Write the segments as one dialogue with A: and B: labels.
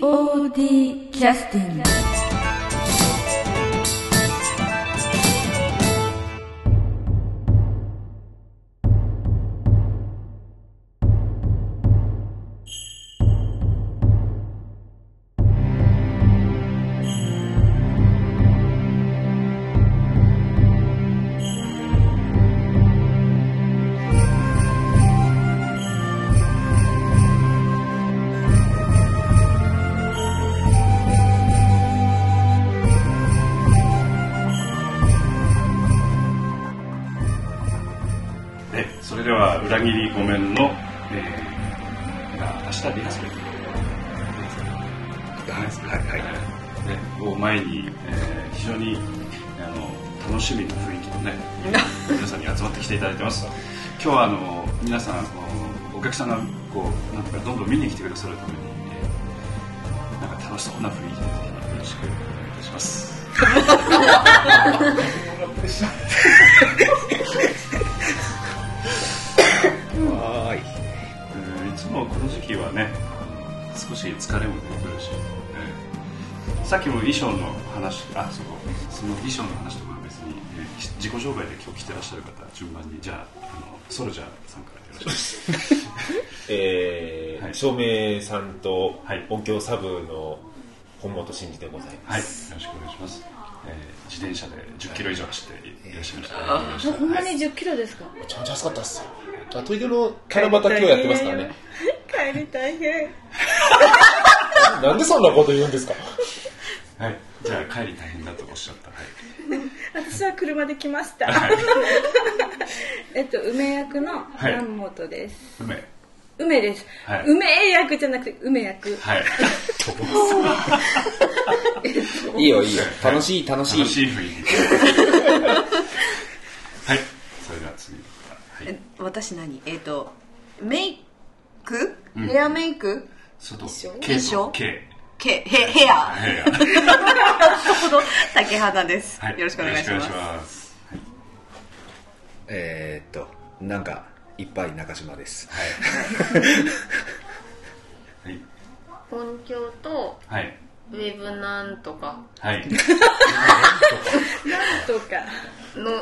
A: POD キャスティング
B: ね、それでは裏切りごめんの、えー、が明日リハーサルはいはいはいを前に、えー非常にあの楽しみな雰囲気の ね皆さんに集まってきていただいてます今日はあの皆さんあのお客さんがこうなんとかどんどん見に来てくださるために、えーなんか楽しそうな雰囲気でよろしくお願いいたします
C: はーい。
B: うんいつもこの時期はねあの少し疲れも出てくるし、えーさっきも衣装の話あそうその衣装の話とかは別に、えーし自己紹介で今日来てらっしゃる方順番にじゃああのソルジャーさんからよろしくお願いします
C: えー
B: はい
C: 照明さんと
B: はい
C: 音響サブの本本真二でございま
B: はいよろしくお願いします、えー自転車で1 0キロ以上走っていらっしゃいました、
D: もうほんまに1 0キロですか、
C: す。めちゃめちゃ暑かったっすよ。あトイレの七夕今日やってますからね。
D: 帰り大変
C: なんでそんなこと言うんですか。
B: はいはいじゃあ帰り大変だとおっしゃったはい
D: 私は車で来ました えっと梅役の
B: はい
D: 南本です、
B: 梅
D: 梅です、
B: はい
D: 梅役じゃなくて梅役
B: はい
E: いいよいいよ楽しい楽しい
B: 楽しい雰囲気はいそれでは次の方はい
F: え私何えっ、とメイクヘアメイク
B: 外
F: 衣装
B: K
F: けヘヘア
B: はい
F: ほど竹花です、
B: はい
F: よろしくお願いします
B: よろくお願います
E: えー、っとなんかいっぱい中島です
B: はい
G: 音響と
B: はい
G: ウェブなんとか
B: はい
D: とか
G: の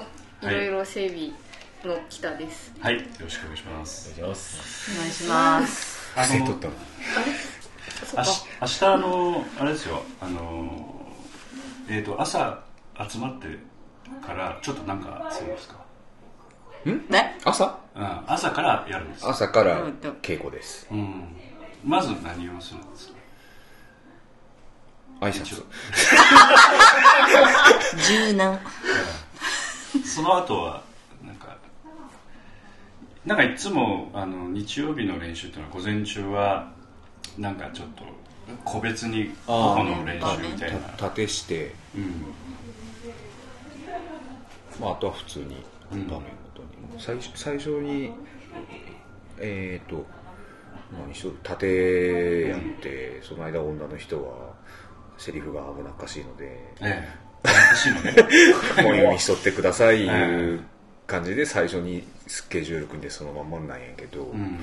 G: い
B: はい
G: ろいろ整備の北です、
B: はいよろしくお願いします
C: お願いします。
F: お願いします
E: 汗取ったの
B: あし明日あのあれですよあのえっ、と朝集まってからちょっとなんかするんですか
F: ね
E: 朝
B: うん朝からやるんです
E: 朝から
F: うんと
E: 稽古です
B: うんまず何をするんですか
E: 挨拶
F: 柔軟
B: その後はなんかなんかいつもあの日曜日の練習っていうのは午前中はなんかちょっと個別に個々の練習みたいな、
E: た立てして、
B: うん
E: まあ、あとは普通に場面ごとに、最初最初にえー、っと何しろ立てやって、その間女の人はセリフが危なっかしい ので
B: ええ難しいのね
E: 本読みしとってくださいいう感じで最初にスケジュール組んでそのまんまなんやけど、
B: うん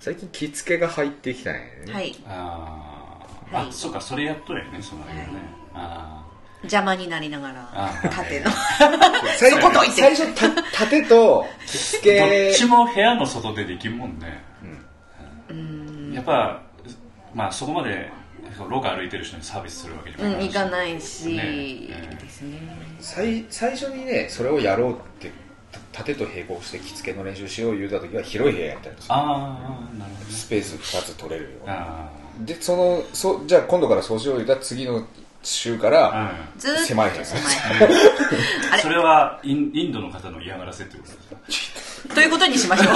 E: 最近着付けが入ってきたんやね、
F: はい
B: あー、
F: はい
B: あそうかそれやっとるよねその間ね、あ
F: 邪魔になりなが
B: あ
F: ら縦の
E: 最
F: そこといて
E: 最初た縦と着付
B: あどっ
E: け
B: ちも部屋の外でできんもんね、やっぱまあそこまで廊下歩いてる人にサービスするわけにも
F: うん行か
B: い
F: ないし、
B: ねえ
F: ですね
E: 最最初にねそれをやろうってた縦と並行して着付けの練習しよう言うた時は広い部屋やったんですよ
B: ああなるほどね
E: スペース2つ取れるよ
B: あ
E: でそのそじゃあ今度からそうしよう言うたら次の週から
B: あうん
F: ずーっと
E: 狭いですね
F: 狭いあれ
B: それはインインドの方の嫌がらせってことですか
F: ということにしましょう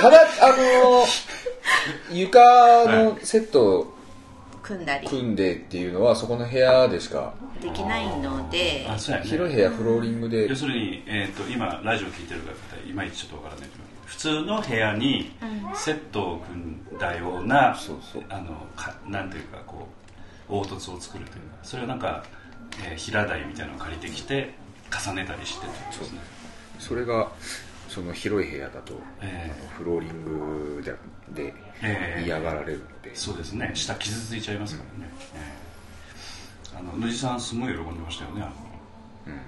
E: ただあのー床のセット、
F: 組んだり
E: 組んでっていうのはそこの部屋でしか
F: できないので
B: あそうやね
E: 広い部屋フローリングで
B: 要するに、えー、と今ラジオ聞いてる方いまいちちょっとわからないと思うけど普通の部屋にセットを組んだような、
E: そうそう
B: あのかなんていうかこう凹凸を作るというかそれをなんか、えー平台みたいなのを借りてきて重ねたりしてってことですね
E: それがその広い部屋だと、
B: え
E: あのフローリングでで
B: ええ
E: 嫌がられるので、
B: そうですね下傷ついちゃいますからね、ええあの野地さんすごい喜んでましたよねあの、
E: うん
B: あの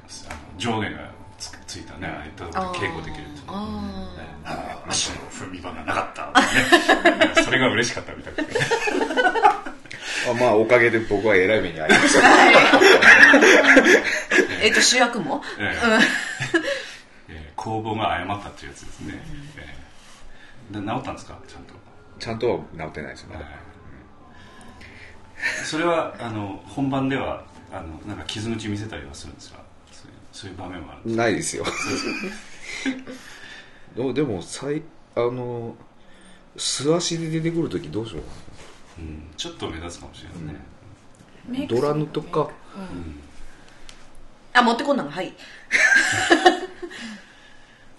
B: 上下がつついたねああいったところで稽古できるっていうのは
G: あ
B: ねあの足の踏み場がなかった、ね、それが嬉しかったみたいな
E: あまあおかげで僕はえらい目に遭いました
F: えっと、主役も
B: ええええ工房が誤ったっていうやつですね、ええで治ったんですかちゃんと、
E: ちゃんとは治ってないですま
B: は
E: だ、
B: いそれはあの本番ではあのなんか傷口見せたりはするんですかそういうそういう場面もあるんです
E: ないですよどうでも最あの素足で出てくる時どうしようか
B: か、うん、ちょっと目立つかもしれないね、
E: なドラムとか
F: あ、持ってこんなのはい。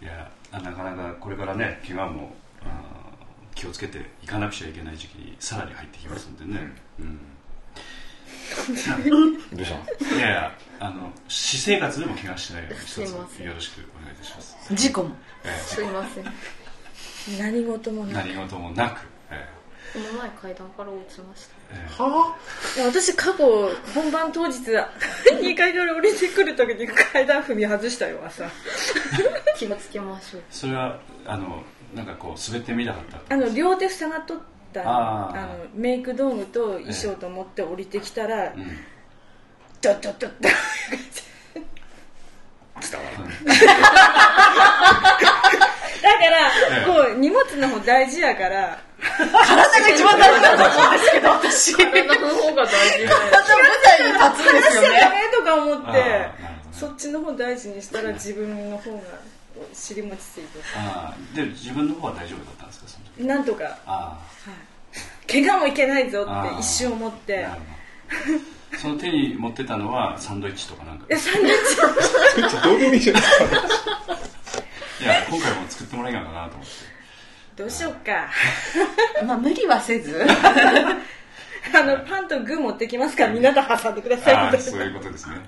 B: いやなかなかこれからね怪我もあー気をつけていかなくちゃいけない時期にさらに入ってきますんでね、うん
E: どうしたの
B: いやいやあの私生活でも怪我しないように一つ
G: すいません
B: よろしくお願いいたします、
F: 事故も。
B: ええ
G: あすいませんこ
D: 何事もない
B: 何事もなく、え
G: の前階段から落ちました
D: いや私過去本番当日2 階から降りてくる時に階段踏み外したよ朝
G: 気をつけましょう
B: ーそれはあのなんかこう滑ってみたかった
D: あの両手塞がっとった
B: あ
D: あ
B: ー
D: のメイク道具と衣装と思って降りてきたら
B: うん
D: ドッドッドッドッ
E: 伝わらない
D: だから
B: え
D: こう荷物の方大事やから
F: 体が一番大事だと思うんですけど、私。
G: 体の方が大事で
F: 舞台に立つんですよ
D: 話だよ
F: ね。
D: ねとか思
B: あー
D: っ
B: な
D: て
B: るほどね
D: そっちの方大事にしたら自分の方が尻餅つい
B: あーで自分の方は大丈夫だったんですかその時
D: てなんとか
B: あ
D: 怪我もいけないぞ
B: あ
D: って
B: ー
D: 一瞬思っ
B: あ
D: て
B: なるほどその手に持ってたのはサンドイッチとかなんか
D: えサンドイッチ
E: どうでもいいじゃない
B: いや今回も作ってもらえないかなと思って
D: どうしようか
F: まあ、無理はせず。
D: あのパンとグー持ってきますからみんなと挟んでくださ
B: あ
D: い
B: あ
D: みたい
B: そう
D: な
B: いうことですね、はい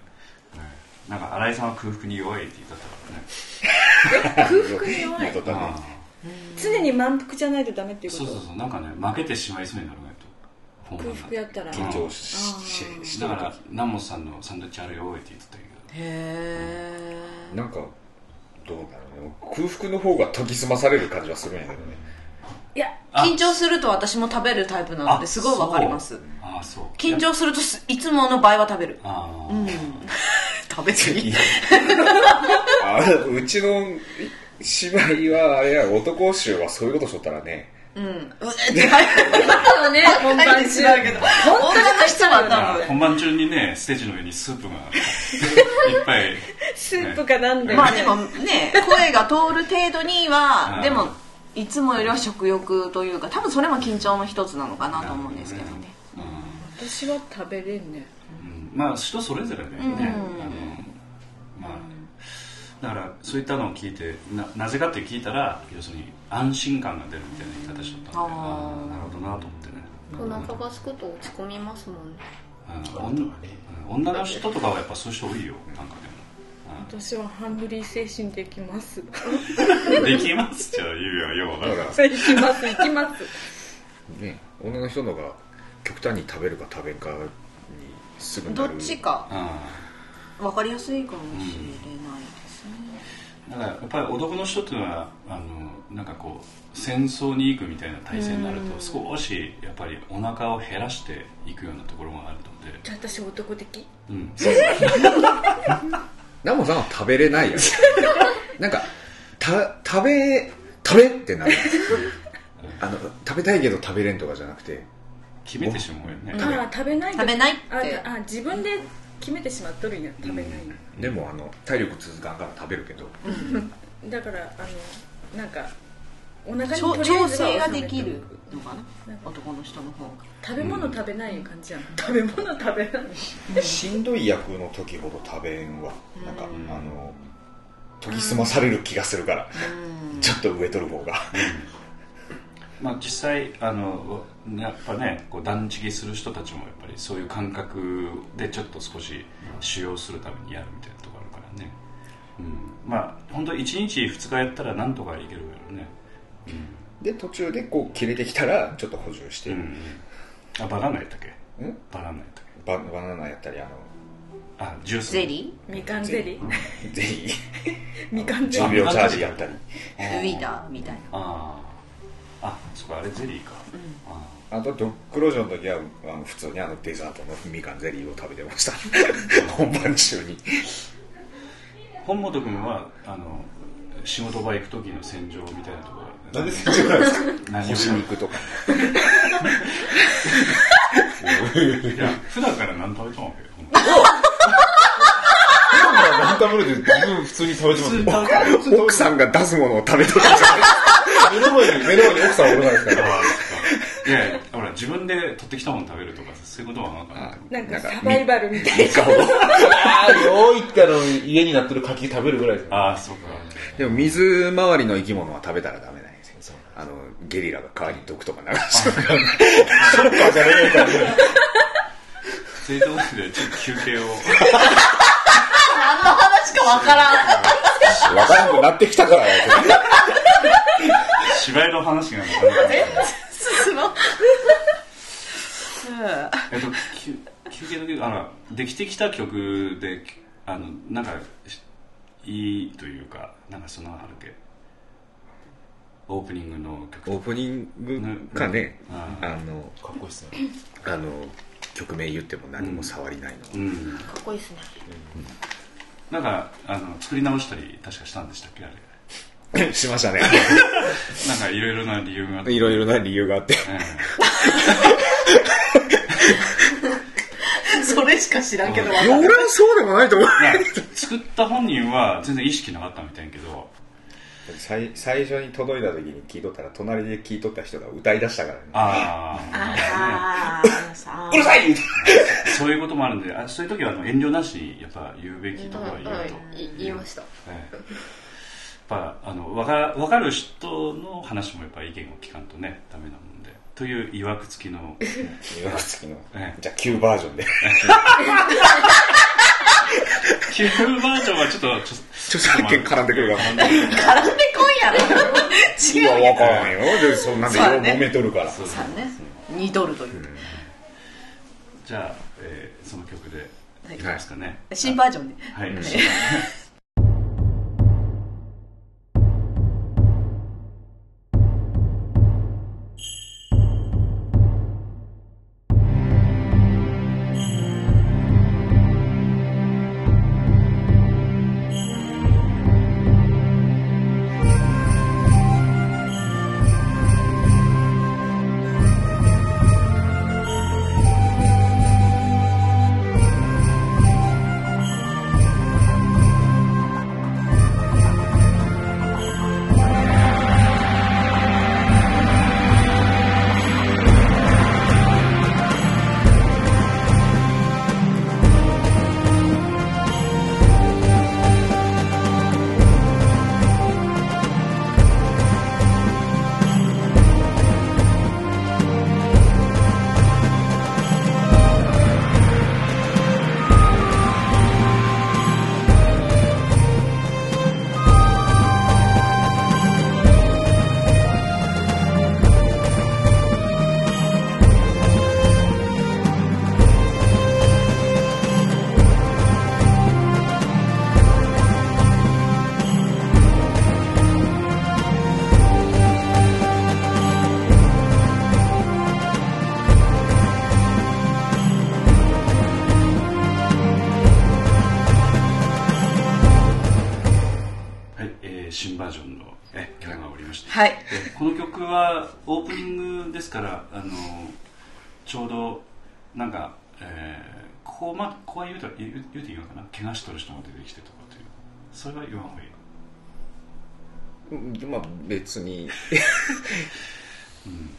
B: なんか新井さんは空腹に弱いって言ったからね
D: 空腹に弱い
E: 言うとったね
B: あ
D: 常に満腹じゃないとダメってい
B: ー
D: うこ
B: そうそう
D: と
B: そうなんかね負けてしまいそうにならないと本番
D: 空腹やったら
E: 緊張ししし
B: だ
E: な
B: か
E: が
B: ら
E: ら
B: 南本さんのサンドイッチあれ弱いって言ってたけど
F: へ
E: なんかどうなのね空腹の方が研ぎ澄まされる感じはするんやけ どね
D: いや
F: ー緊張すると私も食べるタイプなの
B: あ
F: ですごいわかります
B: そうああそう
F: 緊張するとすいつもの倍は食べる
B: ああ、
F: うん食べ過 ぎ
E: あうちの芝居はあれや男衆はそういうことしとったらね
F: うんうえって感
D: だよね本番中だけど本当に入った
F: 本当に入った
D: ら
F: ら
B: 本番中にねステージの上にスー プがいっぱい
D: スープかなんで
F: じまあでもね声が通る程度に
B: う
F: は
B: ん
F: でもいつもよりは食欲というか多分それも緊張の一つなのかなと思うんですけどね
D: 私は食べれんね
B: うんまあ人それぞれだよね、
F: うん
B: あのまあだからそういったのを聞いてななぜかって聞いたら要するに安心感が出るみたいな言い方しちゃったんで
F: あー
B: ああなるほどなと思ってね
G: お腹がすくと落ち込みますもんね
B: うん女うん女の人とかはやっぱそういう人多いよなんか
D: 私はハングリー精神できます
B: でもできますじゃあ言うよよう
E: だから
D: それいきますいきます
E: ね女の人の方が極端に食べるか食べんかにすぐ
F: ど
E: なる
F: っちか
B: うん
F: 分かりやすいかもしれないですね
B: だからやっぱり男の人っていうのはあのなんかこう戦争に行くみたいな体制になると少しやっぱりお腹を減らしていくようなところがあるので、
D: じゃあ私男的
B: うん、
E: ナモさんは食べれない やろなんかた食べ食べってなるあの食べたいけど食べれんとかじゃなくて
B: 決めてしまうよね、
D: ああ食べないと
F: 食べないって
D: ああ自分で決めてしまっとるんや食べない
E: でもあの体力続かんから食べるけど
D: だからあのなんかお腹に
F: 調
D: とりあえ
F: 調
D: ずは
F: 整が
D: 収め
F: で
D: と
F: きるのかな男の人の方が
D: 食べ物食べないいう感じやん食べ物食べない
E: しんどい役の時ほど食べんわなんかあの研ぎ澄まされる気がするからちょっと上取る方が
B: まあ、実際あのやっぱねこう断食する人たちもやっぱりそういう感覚でちょっと少し使用するためにやるみたいなところあるからねうん、まあ本当一1日2日やったらなんとかいけるからね
E: で途中でこう切れてきたらちょっと補充して、
B: うんあバナナやったっけ
E: ん
B: バナナやったっけ
E: ババナナやったりあの
B: あジュース
F: ゼリ
D: みかんゼリー
E: ゼリー
D: みかんゼリ
E: 10秒チャージやったり
F: ーウィダーみたい
B: あああそこあれゼリーか、あ
E: あとドッグロジョンの時はあの普通にあのデザートのみかんゼリーを食べてました 本番中に
B: あ本本君はあの仕事場行く時の戦場みたいなところ
C: なんで戦場なんです か
B: 何
E: 干
B: を
E: し肉とか
B: いや普段から何食べとんわけよ
C: 何食べるで自分普通に食べてますよ
E: 奥さんが出すものを食べとる
C: 目の前に目の前に奥さんおるないですか
B: だかららいやいやほら自分で取ってきたもの食べるとかそういうことはなかった
D: ーなんかサバイバルみたい
E: みかんを
C: ああよう言ったの家になってる柿食べるぐらいです
B: ああそうか
E: でも水回りの生き物は食べたらダメなんですよあのゲリラが川に毒とか流して
B: そういうとこ ろでちょっと休憩を
F: な話かわからん
E: 分からなくなってきた からやけど
B: 芝居の話がなかなかない
F: 進もう
B: えっと休休憩の時あらできてきた曲であのなんかしいいというかなんかそのあるけオープニングの曲
E: オープニングかね、
B: うん
E: あの
C: かっこいいっすね
E: あの曲名言っても何も触りない
B: う
E: の、
B: ん
G: かっこいいですね
B: なんかあの作り直したり確かしたんでしたっけあれ
E: しましたね
B: なんかいろいろな理由があって、
E: いろいろな理由があって
B: え
F: それしか知らんけどわか
E: 俺
F: らん
E: はそうでもないと思う
B: え作った本人は全然意識なかったみたいやけど
E: 最最初に届いた時に聞いとったら隣で聞いとった人が歌い出したからね
B: あ
F: あ
B: あ、
F: ーさあ
E: うるさい
B: ね、そういうこともあるんであそういう時はあの遠慮なしにやっぱ言うべきところは言うと、
G: はいい言いました
B: ええやっぱあの分か分かる人の話もやっぱ意見を聞かんとねダメなもんでといういわくつきの
E: 2月付きの
B: ええ
E: じゃあ旧バージョンで
B: 旧バージョンはちょっとちょ
E: 著作権絡んでくるから
F: 絡んでこんやろ違う
E: わからんよでそんなんでよう
F: そうだね
E: 揉めとるから
B: そう
F: さあね2ドルという
B: じゃあ、えーその曲で
F: はい
B: いきますかね
F: 新バージョンで
B: はい、はいえー新バージョンのえ曲が終わりました、
F: はい
B: で この曲はオープニングですからあのちょうどなんか、えーここまここは言うと言う言うていいのかな怪我しとる人も出てきてとかっていうそれは言わんほうがいい
E: うんまあ別に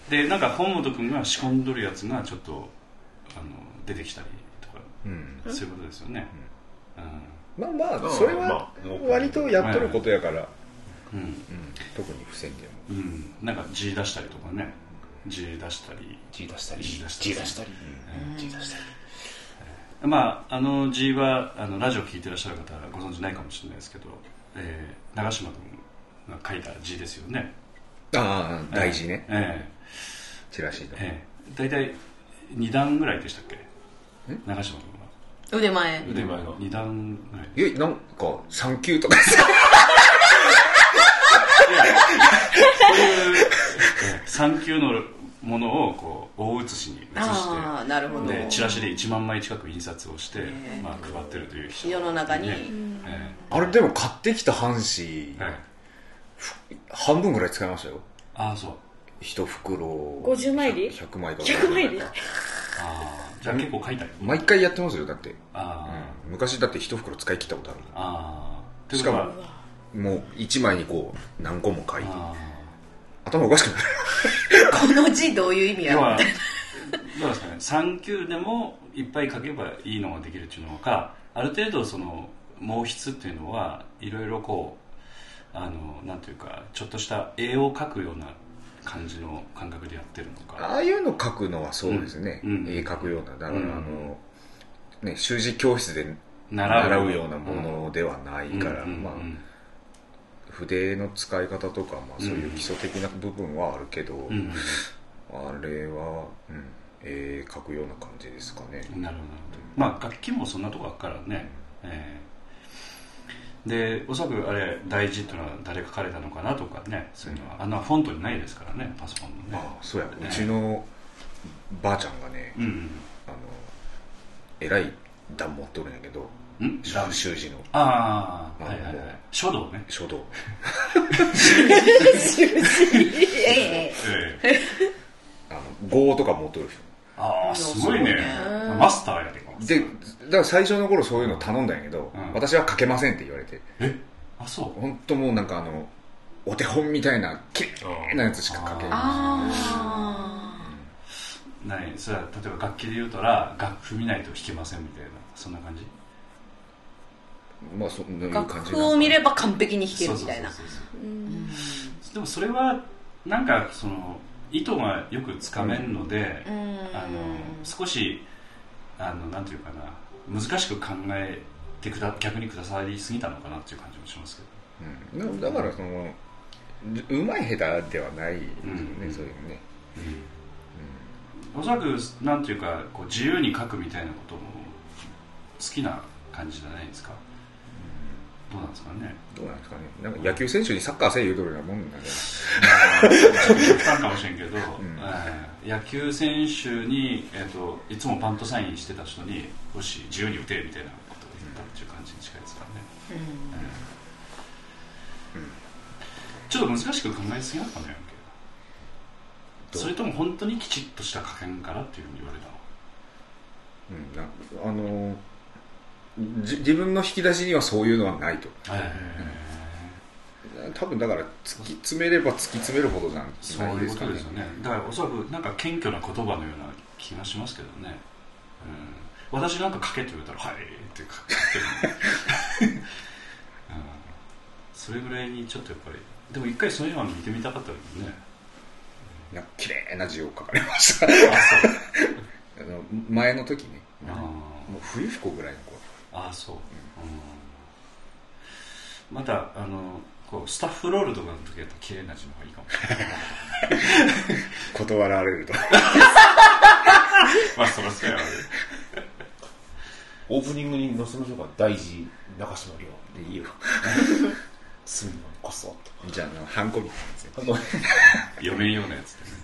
B: でなんか本本君が仕込んどるやつがちょっとあの出てきたりとか、
E: うん
B: そういうことですよね、
E: まあまあそれは割とやっとることやから
B: うんうん
E: うん特に不宣言
B: うんなんか G 出したりとかね G 出したり
C: G 出したり
B: G 出したり
C: G 出したり G 出したり
B: まああの G はあのラジオ聞いてらっしゃる方はご存知ないかもしれないですけど、えー長嶋君が書いた G ですよね
E: ああ大事ね、
B: え
E: チラシの
B: えええ大体2段ぐらいでしたっけ長嶋君は
F: 腕前
B: 腕は2段ぐらい
E: えなんか産休とかさ
B: 3級のものをこう大写しに写
F: ああなるほ
B: し
F: ど
B: てでチラシで1万枚近く印刷をして、まあ、配ってるという人
F: 世の中に、
B: ねえ
E: あれでも買ってきた半紙、
B: えはい
E: 半分ぐらい使いましたよ
B: ああそう
E: 一袋
D: 50枚入り
E: 100枚か
D: 100枚入り
B: ああじゃあ結構書いたり
E: 毎回やってますよだって、
B: あ
E: うん昔だって一袋使い切ったことある
B: あああ
E: しかももう1枚にこう何個も書いて
B: あ
E: 頭おかしくなる
F: この字どういう意味
B: あ
F: や
B: 要
F: ろ
B: はどうですかね3級でもいっぱい書けばいいのができるっていうのかある程度その毛筆っていうのはいろいろこうあのなんていうかちょっとした絵を描くような感じの感覚でやってるのか
E: ああいうの書くのはそうですね、
B: うんうん
E: 絵描くようなだから、
B: うん
E: あのね習字教室で
B: 習う
E: 習うようなものではないから、
B: うんうんうん
E: まあ、筆の使い方とか、まあ、そういう基礎的な部分はあるけど、
B: うん
E: あれは、うん、絵描くような感じですかね、
B: うんなるほどなるほどまあ楽器もそんなとこあっからね、ええでおそらくあれ大事っていうのは誰が書かれたのかなとかねそういうのはあんなフォントにないですからねパソコンのね
E: ああそうやうちのばあちゃんがね、
B: うん
E: あの偉い段持っておるんやけど
B: うんうん
E: 習字の
B: ああ
E: あ
B: はいはいは
E: もう
B: い書道ね
E: 書道
F: ええ
B: ええ
E: あの号とか持っておる
B: ああすごいね
F: そうね
B: マスターやで
E: 人でだから最初の頃そういうの頼んだんやけど、
B: うん
E: 私は書けませんって言われて
B: あそう
E: 本当もうなんかあのお手本みたいな綺麗なやつしか書けない
F: あ
B: ないそれは例えば楽器で言うたら楽譜見ないと弾けませんみたいなそんな感じ
E: まあそんな
F: あ
E: いう
F: 楽
E: 感じ
F: 譜を見れば完璧に弾けるみたいな
B: そうそうそうそうでもそれはなんかその意図がよくつかめるので、
F: うん
B: あの少しあのなんていうかな難しく考えてくだ逆にくださりすぎたのかなっていう感じもしますけど
E: うん、だだからそのううまい下手ではないです
B: うん
E: よね、そういうね
B: おそらくなんていうかこう自由に書くみたいなことも好きな感じじゃないですか、どうなんですかね
E: どうなんですかねなんか野球選手にサッカーせえ言うとるようなもんなんで
B: 極端かもしれんけど、えー野球選手に、えー、といつもバントサインしてた人によし自由に打てみたいなことを言ったっていう感じに近いですからね、えーちょっと難しく考えすぎなのかねそれとも本当にきちっとした加減からっていうふうに言われたの
E: うんなあのじ自分の引き出しにはそういうのはないと多分だから突き詰めれば突き詰めるほどなんじ
B: そ
E: ゃ
B: う
E: ない
B: い
E: で
B: う
E: す
B: こ
E: か
B: と
E: ね
B: ですよねだからおそらくなんか謙虚な言葉のような気がしますけどね、うん、私なんか書けって言われたら「はい」って書くけど、 うん、それぐらいにちょっとやっぱりでも一回そういうのは見てみたかったけどね
E: いや綺麗な字を書かれました あの前の時ね
B: あ
E: もう冬彦ぐらいの頃
B: ああそう、うんまたあのこうスタッフロールとかの時は綺麗な字の方がいい かもしれない
E: 断られると
B: まあそりゃそうやわね
C: オープニングに載せましょうか大事中島亮
E: いいよ
C: すみまこそと
E: じゃああのハンコみたいなやつよ
C: あの
B: 読めんようなやつでね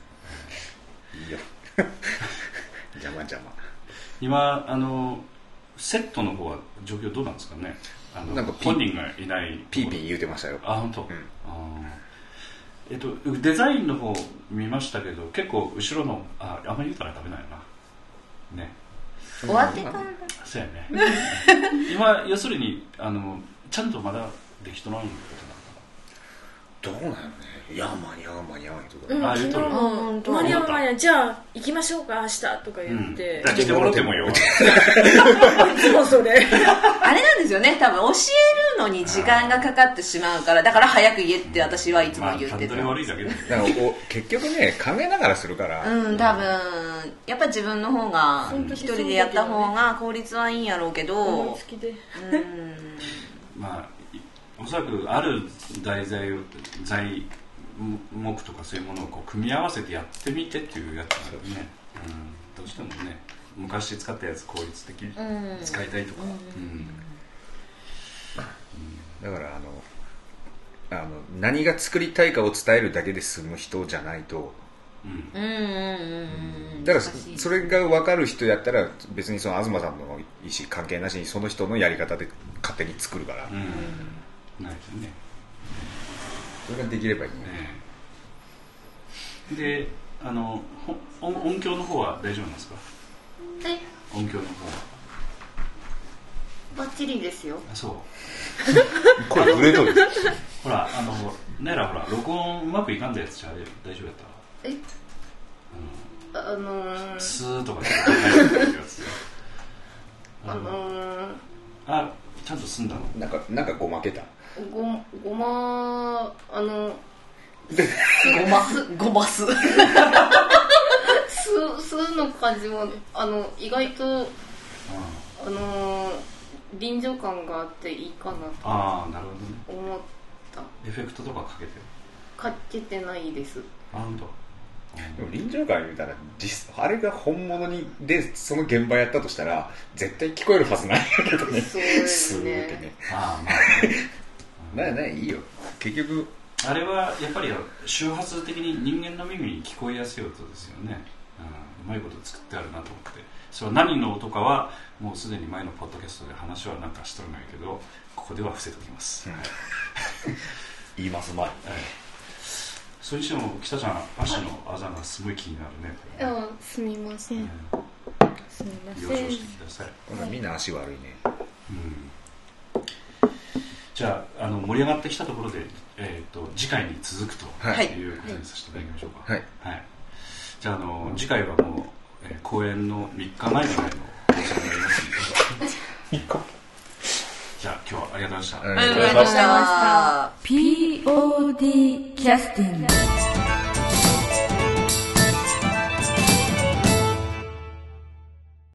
E: いいよ 邪魔邪魔
B: 今あのセットの方は状況どうなんですかねあの
E: なんかピー
B: 本人がいない
E: ピーピー言うてましたよ
B: あ本当、
E: ん
B: あーえっとデザインの方見ましたけど結構後ろのああんまり言うたらダメないなね
F: 終わってから
B: そうやね今要するにあのちゃんとまだできとらんことなのか
E: どうなんやろねいや間に合う間に合わないとか、
D: うん、
B: あ
D: 昨
B: 言う
D: 日
B: とる
D: も「間に合う間に合うじゃあ行きましょうか明日」とか言って
B: だから、来てもろてもよ。
D: いつも それ
F: あれなんですよね多分教えるのに時間がかかってしまうからだから早く言えって私はいつ
B: ま
F: も
B: あ、
F: 言ってた、
B: 単純に悪いだけだよ。
E: だからお結局ね考えながらするから、
F: うん多分やっぱ自分の方が
D: 本当に
F: 一
D: そうだけどね
F: 人でやった方が効率はいいんやろうけ
D: 思い
F: ど
D: つきで
F: うん
B: まあ、おそらくある題材を、材木とかそういうものをこう組み合わせてやってみてっていうやつなんね。うん、どうしてもね、昔使ったやつ効率的に
F: うん
B: 使いたいとか。うん
E: だからあのあの何が作りたいかを伝えるだけで済む人じゃないと
B: うん
F: うんうんうんうん
E: だから
F: 難しい
E: それが分かる人やったら別にその東さんの意思関係なしにその人のやり方で勝手に作るから、
B: うんないですよね。
E: それができればいいね
B: ねで、あの、ほ音音響の方は大丈夫なんですか
G: え
B: 音響の方は。
G: バッチリですよ
B: あそう。
C: これ売れとる
B: ほら、あの、ねらほら、録音うまくいかんだやつじゃ大丈夫やった
G: えあのー、
B: スーとかで大丈夫やつよ
G: あのー、
B: あ、ちゃんと済んだの
E: なんかなんかごまけた
G: ごごまあの
F: ごますごます
G: すすの感じもあの意外とあのー臨場感があっていいかなと
B: ああ、なるほどね。
G: 思った
B: エフェクトとかかけてる。
G: かけてないです
B: あ、ほんと。
E: でも臨場感言うたら実あれが本物にでその現場やったとしたら絶対聞こえるはずないけどね
G: そうですす
E: ー
G: ね
E: ってね
B: ああ、ま
E: まあねいいよ結局
B: あ。あれは、やっぱり周波数的に人間の耳に聞こえやすい音ですよね。うん、うまいこと作ってあるなと思って。それは何の音かは、もうすでに前のポッドキャストで話はなんかしとるんやけど、ここでは伏せときます。はい
E: 言いますまい
B: それにしても北ちゃん足のあざがすごい気になるねこれね
G: あすみません
D: すみま
B: 了承してください、
E: ほらみんな足悪いね
B: うんじゃああの盛り上がってきたところで、えー、と次回に続くと、
E: はい
B: いうことにさせていただきましょうか
E: はい、
B: はい、じゃああの次回はもう、えー公演の3日前ぐらいの放送になりますのでじゃあ今日はありがとうございました、
E: うん
F: ありがとうございました
A: POD キャスティング